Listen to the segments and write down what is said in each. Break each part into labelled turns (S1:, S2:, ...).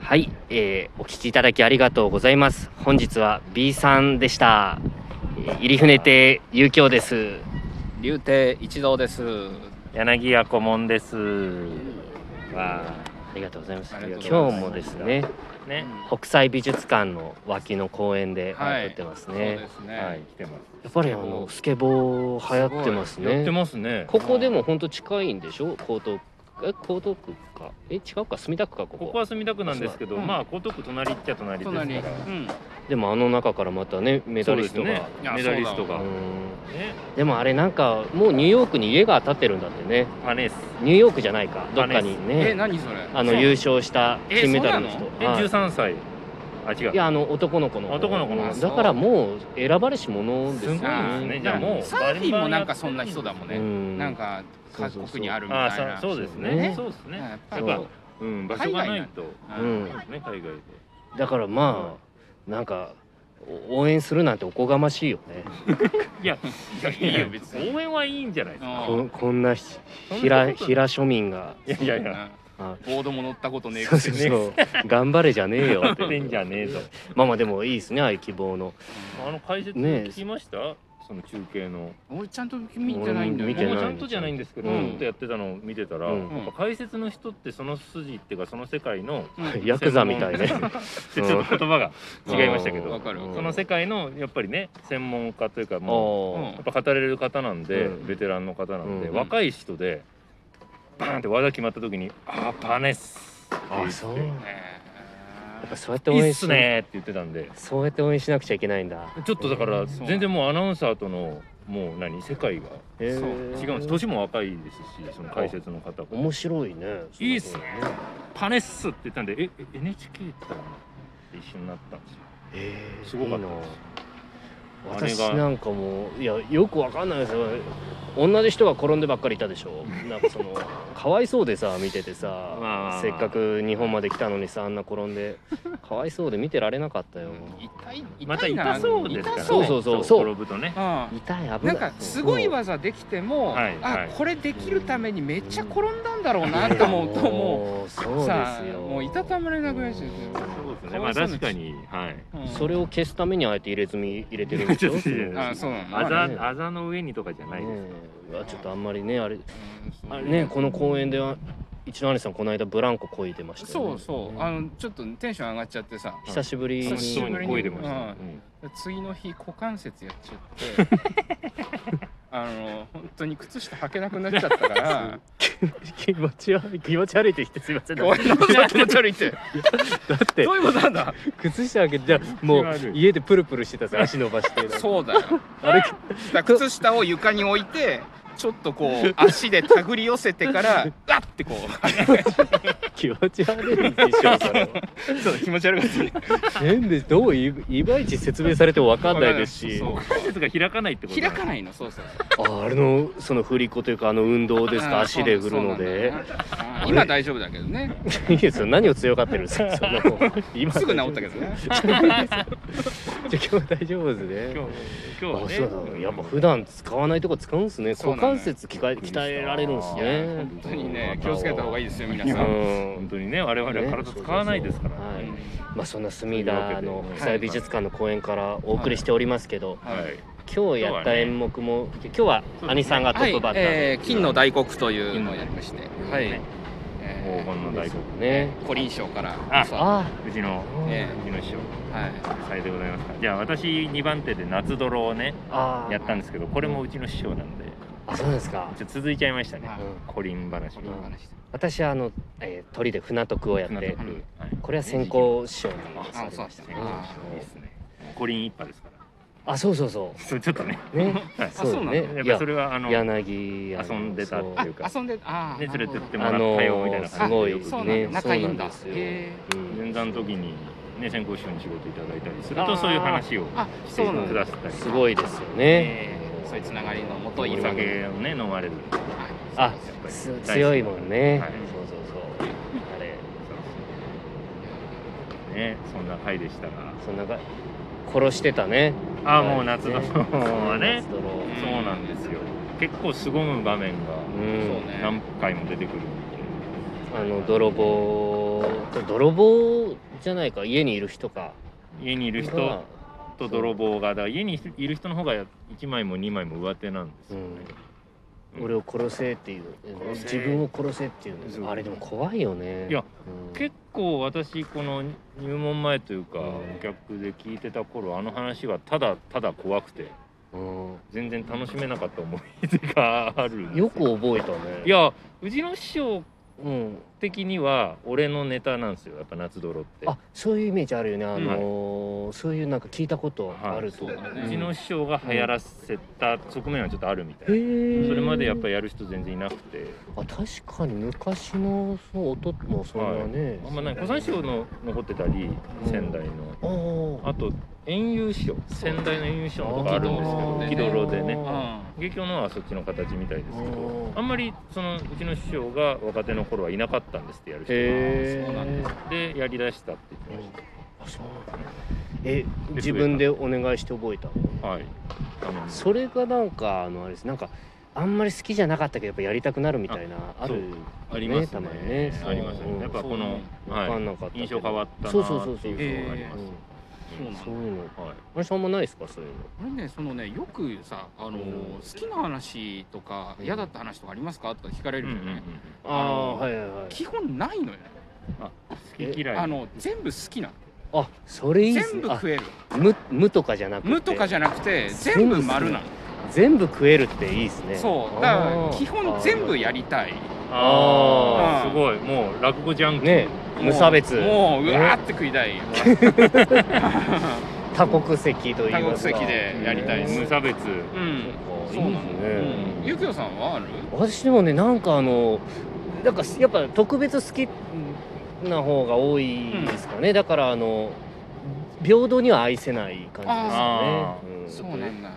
S1: はい、えーお聞きいただきありがとうございます。本日は B さんでした。えー入り船亭遊興です。
S2: 竜亭一同です。
S3: 柳家顧問です。わ
S1: ありがとうございます。
S2: ありがとうござい
S1: 今
S2: ます
S1: 日もですね、
S3: あね、
S1: 北斎美術館の脇の公園で
S2: はい
S1: やってます
S2: そう
S1: ね。
S2: ですね。
S3: はい、来てます。
S1: やっぱりあのスケボー流行ってます
S3: やっ
S1: ね。
S3: てますね。
S1: ここでも本当近いんでしょ？江東区え江東区かえ違うか墨田区かここ
S3: ここは墨田区なんですけど、
S2: うん
S3: まあ江東区隣っちゃ隣ですから。
S2: 隣。う
S3: メ
S2: ん。
S1: でもあの中からまたねメダリストが。う
S3: ね
S2: いや
S3: メダリスト
S2: そう
S3: が
S2: だ
S3: ね、
S1: んでもあれなんかもうニューヨークに家が建ってるんだってね。
S3: パネス。
S1: ニューヨークじゃないかどっかに
S2: え、
S1: ね
S2: 何それ。
S1: あの優勝した
S2: え
S1: 金メダルの人
S2: そうな
S3: え、
S1: はい
S3: 十三歳。あ、違。
S1: いうやあの男の子の
S3: 男の子の
S1: うん
S2: そう
S1: だからもう選ばれし者ですよね
S3: すごいですねじゃあもう
S2: サーフィンもなんかそんな人だもん
S1: う
S2: ね。
S1: ん
S2: なんか各国にあるみた
S3: あ
S2: い
S3: さ
S2: な。
S3: そうです
S1: ね
S3: ね。そうですね。
S2: やっぱ
S1: そ
S2: り
S1: う
S3: やっうん、場所がないと。
S1: う
S2: うん
S1: ん
S3: そうですね、海外で。
S1: だからまあなんかお応援するなんておこがましいよね
S3: いや、いやいいよ、別
S2: 別
S3: に。
S2: に
S3: 応援はいいんじゃないですか。
S2: あ
S1: こんこんなひ
S3: そんな
S1: 平
S3: こと
S1: 平庶民が
S3: いやいやいや。
S1: あ
S2: ボードも乗ったことねえ
S1: そう
S2: く
S1: そ
S2: せ
S1: うそ
S2: にね。
S1: う頑張れじゃねえよっ
S3: 勝てんじ
S1: て
S3: ゃねえぞ。
S1: まあまあでもいいですねああいう希望の
S3: あの解説
S1: ねえ
S3: 聞きました、その中継の。
S2: 俺ちゃんと見てないんだよ
S1: 見て
S3: 僕
S1: ない
S2: ね。
S3: もちゃんとじゃないんですけど、
S1: うん
S3: ずっとやってたのを見てたら、
S1: うん
S3: やっぱ解説の人ってその筋っていうかその世界の、
S2: うん
S1: ヤクザみたいね
S3: ちょっと言葉が違いましたけ
S1: うん
S2: わ
S3: ど、
S2: かる
S1: うん
S3: その世界のやっぱりね専門家というか
S1: あ
S3: も
S1: ー
S3: うやっぱ語れる方なんで、
S1: うん
S3: ベテランの方なんで、
S1: うん
S3: 若い人でバーンって技決まった時に「あーパネス!」って言っ
S1: あ
S3: て
S1: そうやっぱそうやって
S3: い
S1: 応
S3: い
S1: 援
S3: っす
S1: し
S3: ね!」って言ってたんで
S1: そうやって応援しなくちゃいけないんだ
S3: ちょっとだか
S1: う
S3: ら
S1: ん
S2: そう
S3: 全然もうアナウンサーとのもう何世界が
S1: へー
S3: 違うんです年も若いですしその解説の方が。
S1: 面白いね
S3: いいっすねパネッスって言ったんで、え、え NHK だったらって一緒になったんですよ。
S1: えー、
S3: すごかった
S1: いいな
S3: あれ
S1: 私
S3: が
S1: なんかもういやよくわかんないですよ同じ人が転んでばっかりいたでしょなんかそ のかわいそうでさ見ててさ、
S3: まあまあまあ
S1: せっかく日本まで来たのにさあんな転んでかわいそうで見てられなかったよ、
S2: 痛い
S3: また
S2: 痛いな。
S3: 痛そうですからね。
S2: 痛そう
S1: そうそうそう
S3: 転ぶとね。
S2: うん
S1: 痛い危ない
S2: なんかすごい技できても、
S3: はい
S2: あ、
S3: はい
S2: これできるためにめっちゃ転んだんだろうなって思うとも
S1: もうそう
S2: う
S1: です
S2: さ
S1: よ
S2: もういたたまれなくなっちゃうよ
S3: そうです
S2: か
S3: ね。ま
S2: わい
S3: あ
S2: そうな
S3: 確かに、はい。
S2: うん
S1: それを消すためにあえて入れ墨入れてるんでしょ
S3: ちょっといいです
S2: あそうなの
S3: あ
S1: まあね
S3: ざ、あざの上にとかじゃないです。
S1: ねえうわちょっとあんまりねあれ
S2: うん
S1: あれねこの公園では一ノ谷さんこの間ブランコこいでましたよ
S2: そ
S1: ね
S2: うそう、
S1: ね
S2: あのちょっとテンション上がっちゃってさ
S1: 久しぶりに
S3: 久しぶりに声出ました。
S2: う
S3: うんん
S2: 次の日股関節やっちゃって あの本当に靴下履けなくなっちゃった から
S1: 気持ち悪い気持ち悪いって言ってすいませんだ
S2: おいなんだ気持ち悪い って
S1: って
S2: どういうことなんだ
S1: 靴下開けてじゃあもう
S3: 気持ち悪い
S1: 家でプルプルしてたさ足伸ばして
S2: そうだよ
S1: 歩き
S2: だから靴下を床に置いてちょっとこ う足で手繰り寄せてからガッてこう
S1: 気持ち悪いでしょそ れは
S2: そう気持ち悪かった
S1: 変でどういいまいち説明されても分かんないですし
S2: そう
S3: 関節が開かないってこ と
S2: 開か
S3: い。
S2: ないのそうそうそう
S1: ああれのその振り子というかあの運動ですか
S2: あー
S1: 足で振るの
S2: そう
S1: で
S2: なんだよねあー今大丈夫だけどね
S1: いいですよ何を強がってるんです かその今
S2: すぐ治ったけ どね
S1: じゃあ今日大丈夫ですね
S3: 今日、今
S1: あ
S3: 日
S1: そう
S3: は
S1: だ
S3: ね。
S1: やっぱ普段使わないとこ使うんすね
S2: そう
S1: 股
S2: なのよ
S1: 関節鍛え鍛えられるんす
S2: いや
S1: ね
S2: 本当にね気をつけた方がいいですよ皆さん、
S3: う
S1: うん
S3: 本当にね、我々は体使わないですから。
S1: は
S3: はいい。
S1: まあそんな隅田の国際美術館の公演からお送りしておりますけど、
S2: はい
S1: 今日やった演目も今日は兄さんがトップバッター
S2: え
S1: で、
S2: ー金の大黒というのをやりまして、
S1: ん
S2: はい、
S3: ね黄
S2: え
S3: 金の大
S1: ね
S3: 黒。
S1: ね
S2: ー、コリン賞から
S3: あ
S2: そうは
S1: あ
S3: うちの、
S1: ー、
S2: え
S3: うちの師匠、
S2: い、
S3: さえでございますから。じゃあ、私二番手で夏泥をね。
S1: あー
S3: やったんですけどこれもうちの師匠なんで
S1: あそうですか、
S3: ちょっと続いちゃいましたね
S2: は
S1: うん
S3: コリン話
S2: この話で
S1: 私はあの、えー、鳥で船徳をやっ
S3: 船
S1: て
S3: 徳はい
S1: これは先行師匠にさ
S2: あ
S1: れ
S2: そ
S1: ま
S2: うで
S1: し
S2: したた
S1: ね
S2: ね
S3: いいですねコリン一派ですから
S1: あそうそうそ
S3: そうちょっとね
S1: うね
S3: はい
S2: そうなの
S1: ね
S3: やっ
S1: い
S3: ぱ
S1: や
S3: それはあのね
S1: 柳あの
S3: 遊んでたっていう
S1: そう
S3: か
S2: あ遊んであー
S3: 連れてっても
S1: あ
S3: らっ
S1: の
S3: たよみたい
S1: ー
S3: な
S1: す
S3: 感じ
S1: ご
S3: で
S1: い
S3: よ
S1: ね
S3: く
S2: そうなんだ仲いいんだ
S1: そうな
S2: へ
S1: ですよ、うん
S3: 前座の時にね先行師匠に仕事いただいたりする
S1: あー
S3: とそういう話を
S2: あ
S3: し
S2: そ
S3: て
S2: うなん
S3: くだ
S2: だ
S3: さったり
S1: すごいですよね。
S2: えーそういうつながりのもとい
S3: お
S2: るわけ
S3: 酒をね飲まれる
S2: はい
S1: あ
S2: そうですよ
S1: す強いもんね。
S3: はい
S1: そうそうそう。あれ、
S3: ねそんな回でしたが
S1: そんなか殺してたね。
S3: ああもう夏のはね
S1: 夏泥
S2: ん
S3: そうなんですよ結構凄む場面が
S1: う。
S2: そうんね
S3: 何回も出てくるんで
S1: あの泥棒と泥棒じゃないか家にいる人か
S3: 家にい
S1: い
S3: る人と泥棒がだから家にいる人の方が1枚も2枚も上手なんですよね、うん
S1: 俺を殺せっていう
S2: 殺せ
S1: 自分を殺せっていう
S2: そう
S1: のあれでも怖いよね
S3: いや
S1: うん
S3: 結構私この入門前というか
S1: うん
S3: お客で聞いてた頃あの話はただただ怖くて
S1: うん
S3: 全然楽しめなかった思い出があるんです
S1: よく覚えたね
S3: いやうちの師匠
S1: うん
S3: 的には俺のネタなんですよやっぱ夏泥って
S1: あそういうイメージあるよねあのーそういうなんか聞いたこと
S3: はい
S1: あると
S2: そうだね
S3: うちの師匠が流行らせた側面はちょっとあるみたいな
S1: へえ
S3: それまでやっぱやる人全然いなくて
S1: あ確かに昔のそう音もそんなね、
S3: あんまない小三師匠の残ってたり
S1: うん
S3: 仙台の
S1: あー
S3: あと遠遊師匠仙台の遠遊師匠のとかあるんですけど
S2: あー
S3: 浮き泥でね
S1: う
S3: 劇場のはそっちの形みたいですけ
S1: う
S3: ど
S1: ん
S3: あんまりそのうちの師匠が若手の頃はいなかったんですってやる人
S1: へえ
S2: そうなんだ
S3: でやりだしたって言ってまし
S1: あそうなんだえ自分でお願いして覚えたの
S3: たはいあの
S1: それがなんかあのあれですなんかあんまり好きじゃなかったけどやっぱやりたくなるみたいなあ
S3: そう
S1: る
S3: あります
S1: たまに
S3: ね
S1: ね
S3: あります
S1: う
S3: ね
S1: ん
S3: やっぱこ
S2: そう
S3: の
S2: ね
S1: わかん
S3: は
S1: なかった
S3: い
S1: けど
S3: 印象変わった
S1: そう
S3: な
S1: そうそ
S3: ー
S1: う
S3: って
S1: そう、
S3: いうのがありま
S2: そう
S3: す
S1: うん
S2: そうなんだ
S1: そういうの
S3: はい
S1: あれさんもないですかそういうの
S2: 俺ねそのねよくさあの、
S1: うん
S2: 好きな話とか
S1: うん
S2: 嫌だった話とかありますかって聞かれ
S3: うん
S2: る
S3: うんん
S2: だよね、
S1: ああ
S2: あの
S1: はいはいはい
S2: 基本ないのよ、
S3: うん好き嫌い
S2: あの全部好きなの
S1: あそれいいっす
S2: 全
S1: ね
S2: 部
S1: あ
S2: 食える
S1: 無無とかじゃなくて
S2: 無とかじゃなくて全部丸なの
S1: 全部食えるっていいですね
S2: そうだか
S1: あ
S2: ら
S1: ー
S2: 基本全部やりたい
S1: あ
S3: ああ
S2: ー
S3: すごいもう落語じゃん
S1: ね
S2: もう
S1: 無差別
S2: もうう
S1: ね
S2: わーって食いた い
S1: 多国籍と言
S2: 多
S1: い
S2: 国
S1: ますか
S2: 籍でやりたいです
S3: 無差別
S2: うん
S1: そう
S2: そう
S1: かいいで
S2: なの
S1: す
S2: う
S1: ね、
S2: んゆきおさんはある
S1: 私でもねなんかあのなんかやっぱ特別好きな方が多いですかね、だからあの平等には愛せない感じです
S3: あ
S1: か
S3: ー
S1: ね、うん、
S2: そうなんだ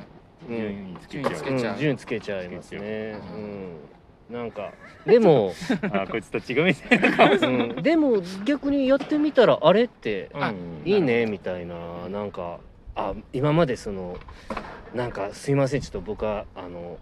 S1: うん
S3: 順位つけちゃう
S2: 順位つけちゃう
S1: うん順位つけちゃいますね
S3: つ
S2: ちゃう
S1: うんなんかでも、
S3: あーこいつと違うみたいな
S1: うん、でも逆にやってみたらあれって
S2: あ
S3: うん
S1: いいねみたいななんかあ今までそのなんかすいませんちょっと僕はあの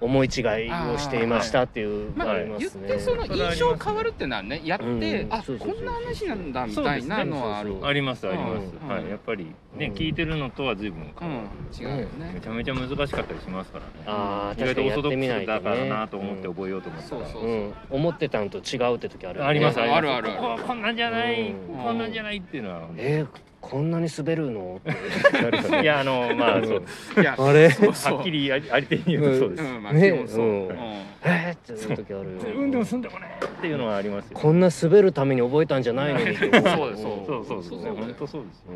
S1: 思い違いをしていましたっていう
S2: ま
S1: の
S2: あ
S1: あ
S3: はい
S1: りま
S2: 言っ
S1: すね。
S2: てその印象変わるってのはねやっ
S1: う
S2: て
S1: ん
S2: あ
S1: そうそうそう
S2: こんな話なんだみたいなのはある
S1: そうそうそう
S3: ありますあります、
S2: うん
S3: はいやっぱりね、
S1: うん
S3: 聞いてるのとは随分
S2: う
S3: 変わ
S2: ん
S3: る、
S2: 違うよ
S3: め
S2: ね
S3: ちゃめちゃ難しかったりしますからね
S1: あー
S3: 意外とオーソ
S1: 確
S3: ド
S1: かにや
S3: ッ
S1: ってみない
S3: クス
S1: と
S3: だ
S1: ね
S3: からなと思って覚えようと思った
S2: そう
S3: ら、
S2: そう
S1: う、
S2: そうん
S1: 思ってたんと違うって時あるよね
S3: あります
S2: ね
S3: あります
S2: あるある
S3: ここはこんなんじゃない、
S1: うん
S3: こんなんじゃないっていうのは、
S1: えー、こんなに滑るのってなるよね
S3: いやあのまあ
S1: うん
S3: そうです
S2: いや
S1: あれ
S2: そうそう
S3: はっきりありありてに言うとそうです、
S2: うんまあ
S1: ね
S2: 基本そう
S1: うん
S2: うん
S1: えー、ってなる時あるよ
S3: でうんでもすんでもねっていうのはありますよ
S1: こんな滑るために覚えたんじゃないのにって思
S2: そうですそう
S3: そうそうそ
S2: そう
S3: う
S2: そう
S3: 本当そうですよ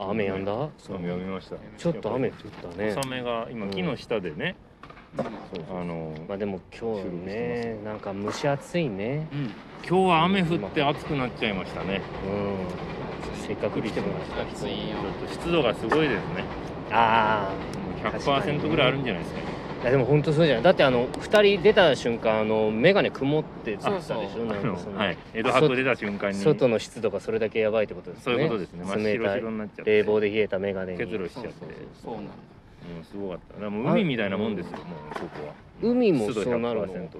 S1: うん、雨やんだそう
S3: 雨やみました
S1: ちょっと雨降ったね
S3: 小雨が今木の下でね、
S1: そうそう
S3: あの
S1: まあでも今日
S3: 収録して
S1: ねなんか蒸し暑いね
S2: うん
S3: 今日は雨降って暑くなっちゃいましたね
S1: うんせっかく来てもらった
S2: 暑いよ
S3: ちょっと湿度がすごいですね
S1: ああ
S3: 100%ぐらいあるんじゃないですか
S1: いやでも本当そうじゃないだってあの二人出た瞬間あの眼鏡曇ってついてたでしょ
S2: そうそう
S1: な
S3: あ
S1: んかそ
S3: の
S1: の、
S3: はい江戸博出た瞬間に
S1: 外の湿度がそれだけやばいってことですね
S3: そういうことですね真っ
S1: 冷
S3: 白
S1: たい
S3: 白になっちゃって
S1: 冷房で冷えた眼鏡
S3: 結
S1: に
S3: 露しちゃって
S2: そうなんだ
S3: もうすごかっただからもう海みたいなもんですよもうここは
S1: 海も
S3: 湿度
S1: そうなるの
S3: 100%って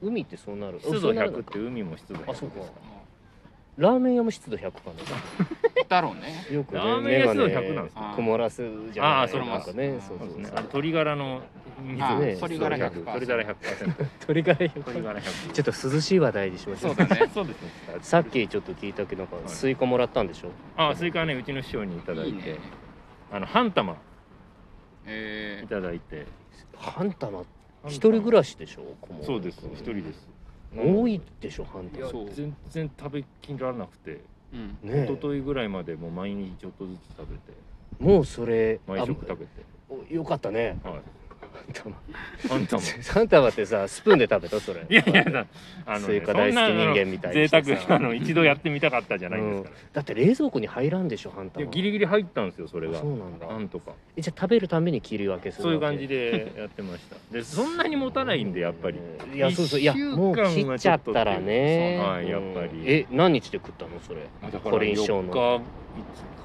S1: 海ってそうなる
S3: 湿
S1: そ
S3: 度
S1: うなるの
S3: 100って海も湿度100
S1: あそうか
S3: です
S1: ラーメン屋も湿度100か
S2: だろうね
S1: なよくね
S3: ラーメン屋湿度
S1: 眼鏡
S3: 100なんです
S2: か
S1: 曇らすじゃない
S3: あーそれも
S1: なんかね
S2: あー
S1: そう
S3: そうです
S1: そう
S3: ね
S1: そ
S3: あ
S1: う
S3: れ鶏ガラの
S2: あ
S1: ね
S3: 水
S2: 鶏ガラ100%
S3: 鶏ガラ100%
S1: 鳥から100
S3: 鶏ガラ
S1: ちょっと涼しい話題にしましょ
S2: そう
S1: う
S2: だね
S3: 100そうですね
S1: さっきちょっと聞いたけどなんかスイカもらったんでしょ
S3: あスイカはねうちの師匠にいただ
S2: い
S3: い
S2: いね
S3: てあの半玉
S2: え
S3: いただいて
S1: 半玉一人暮らしでしょこも
S3: そうです一人です
S1: 多いでしょ半
S3: いや
S1: 玉
S2: そう
S3: 全然食べきらなくて
S2: ーうん
S1: ね
S3: 一昨日ぐらいまでもう毎日ちょっとずつ食べて
S1: もうそれ
S3: 毎食食べて
S1: あおよかったね
S3: はい
S1: 半玉
S3: 半玉
S1: 半玉ってさスプーンで食べたそれ
S3: いやいやだあの
S1: ス
S3: ね
S1: イカ大好き人間みたいに
S3: 贅
S1: して
S3: 沢
S1: さ
S3: なの一度やってみたかったじゃないですか
S1: だって冷蔵庫に入らんでしょ半
S3: らい
S1: 玉
S3: やギリギリ入ったんですよそれ
S1: あ
S3: が
S1: そうなんだ
S3: なんとか
S1: えじゃあ食べるために切り分けする
S3: そういう感じ
S1: で
S3: でやってましたでそんなに持たないんでやっぱり
S1: いやそうそういや
S3: 一週間
S1: もう切っちゃったらね
S3: はちょっと
S1: うん
S3: っていうそうはいやっぱり
S1: え何日で食ったのそれ
S3: あだから
S1: これ以上
S3: 4
S1: の
S3: 日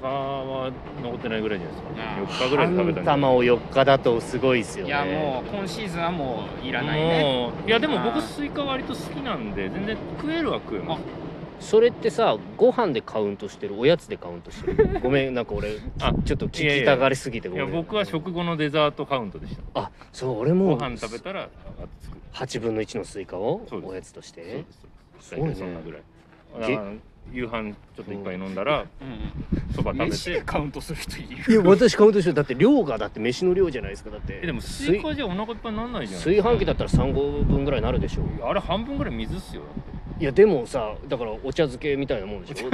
S3: 5日は残ってないぐらいじゃない
S2: あ
S3: ですか4日ぐらいで
S1: 半
S3: 食べたんじゃない
S1: 玉を4日だとすごいですよ
S2: い
S1: ね
S2: やもう今シーズンはもういらないね
S3: もういやでも
S2: あー
S3: 僕スイカ割と好きなんで全然食えるは食えます
S1: それってさご飯でカウントしてるおやつでカウントして るごめんなんか俺
S3: あ
S1: ちょっと聞きたがりすぎてご
S3: い
S1: めん
S3: や僕は食後のデザートカウントでした
S1: あそう俺も
S3: ご飯食べたらあと作る
S1: 8分の1のスイカを
S3: そうです
S1: おやつとし
S3: そう
S1: て
S3: です
S1: す
S3: そうです
S1: ごいね
S3: 大体そんなぐらい
S1: げ
S3: だから夕飯ちょっと一杯飲んだ
S2: う
S3: ら
S2: ん
S3: そば
S2: うん、
S3: 食べ
S2: 飯で
S3: て
S2: カウントする人い
S1: い
S2: る
S1: や私カウントしてるだって量がだって飯の量じゃないですかだって
S3: えでも
S1: 炊
S3: 水耕じゃお腹いっぱいにならないじゃん
S1: 炊飯器だったら3合分ぐらいになるでしょう
S3: あれ半分ぐらい水っすよ
S1: いやでもさだからお茶漬けみたいなもんでしょ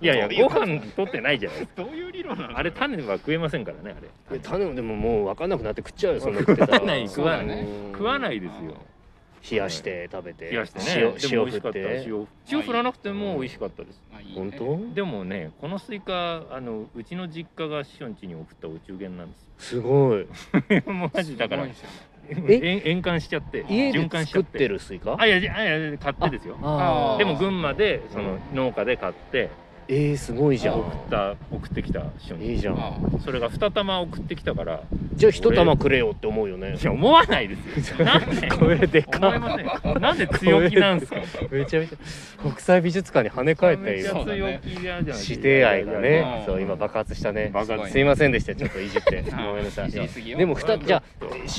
S3: いやいやご飯取ってないじゃないですか
S2: どういう理論なの
S3: あれ種は食えませんからねあれ
S1: いや種もでももう分かんなくなって食っちゃうよそんな食ってたら
S3: 食わない食
S2: わない
S1: うん
S3: 食わないですよ
S1: 冷やして食べて
S3: 冷やしてねで
S1: 塩
S3: も
S1: 塩
S3: 美味
S1: 振
S3: しか
S1: っ
S3: った
S1: て
S3: 塩塩振らなくても美味しかったです
S2: まあいい
S1: 本
S2: ね
S1: 当
S3: でもねこのスイカあのうちの実家が師匠ん家に送ったお中元なんです
S1: すごい
S3: よ もうマジだから
S2: すごいですよね
S3: え円環しちゃって
S1: 家
S3: 循
S1: で
S3: 環しちゃ
S1: 作
S3: っ
S1: っててるスイカ
S3: あいやいやいや買ってですよ
S1: あー
S3: でも群馬でその
S1: うん
S3: 農家で買って
S1: えー、すごいじゃん
S3: 送った送ってきた師匠
S1: いい
S3: に
S1: じゃん
S2: あ
S3: それが2玉送ってきたから
S1: じゃあ一玉くれよって思うよね
S3: いや思わな いですよなんで
S1: これで
S3: 思い
S1: か
S3: ませんなんで強気なんですか
S1: めちゃめちゃ国際美術館に跳ね返った
S3: めちゃ
S1: よ
S2: そうだ
S3: 強
S2: ね
S3: 気じゃない
S1: 今指定愛がね
S2: うん
S1: そう今爆発したね
S3: バカ
S2: す
S1: すいませんでしたちょっといじってご
S2: あ
S1: めんなさい
S2: いじりすぎよ
S1: でもふたじゃあ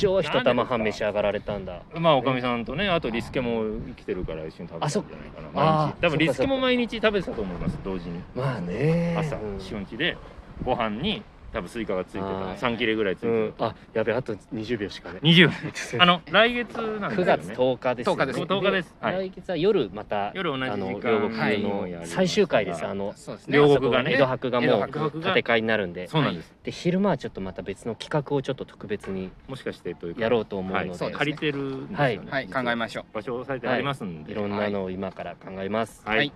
S1: 塩は一玉半召し上がられたんだ
S3: まあおかみさんとねあとリスケも来てるから一緒に食べたんじゃないかな
S1: あそっか
S3: 毎日多分リスケも毎日食べてたと思います同時に
S1: まあね
S3: 朝
S1: うん
S3: 塩んちでご飯に多分スイカがついてた
S1: はい
S3: 3切れぐらいつい
S1: ん
S3: うてた
S1: あやべあと20秒しか ね
S3: 20あ の来月なんで
S1: 9
S3: すよ
S1: 月
S3: ね
S1: 10日ですよね
S2: 10日です
S3: 10日ですはい
S1: 来月は夜また
S3: 夜同じ時間
S1: あの両国
S2: はい
S1: の最終回ですあの
S2: そうですね
S3: 両国がね
S1: 江戸博がも
S2: 江戸
S1: う
S2: 博
S1: 建て替えになるんで
S3: そうなんです
S1: で昼間はちょっとまた別の企画をちょっと特別に
S3: もしかしてというか
S1: やろうと思う
S3: は
S1: の
S3: い
S1: で,、
S2: そうですね
S3: 借りてるんですよね
S2: はい考えましょう
S3: 場所を押さえてありますんで
S1: いろんなのを今から考えます、
S3: はい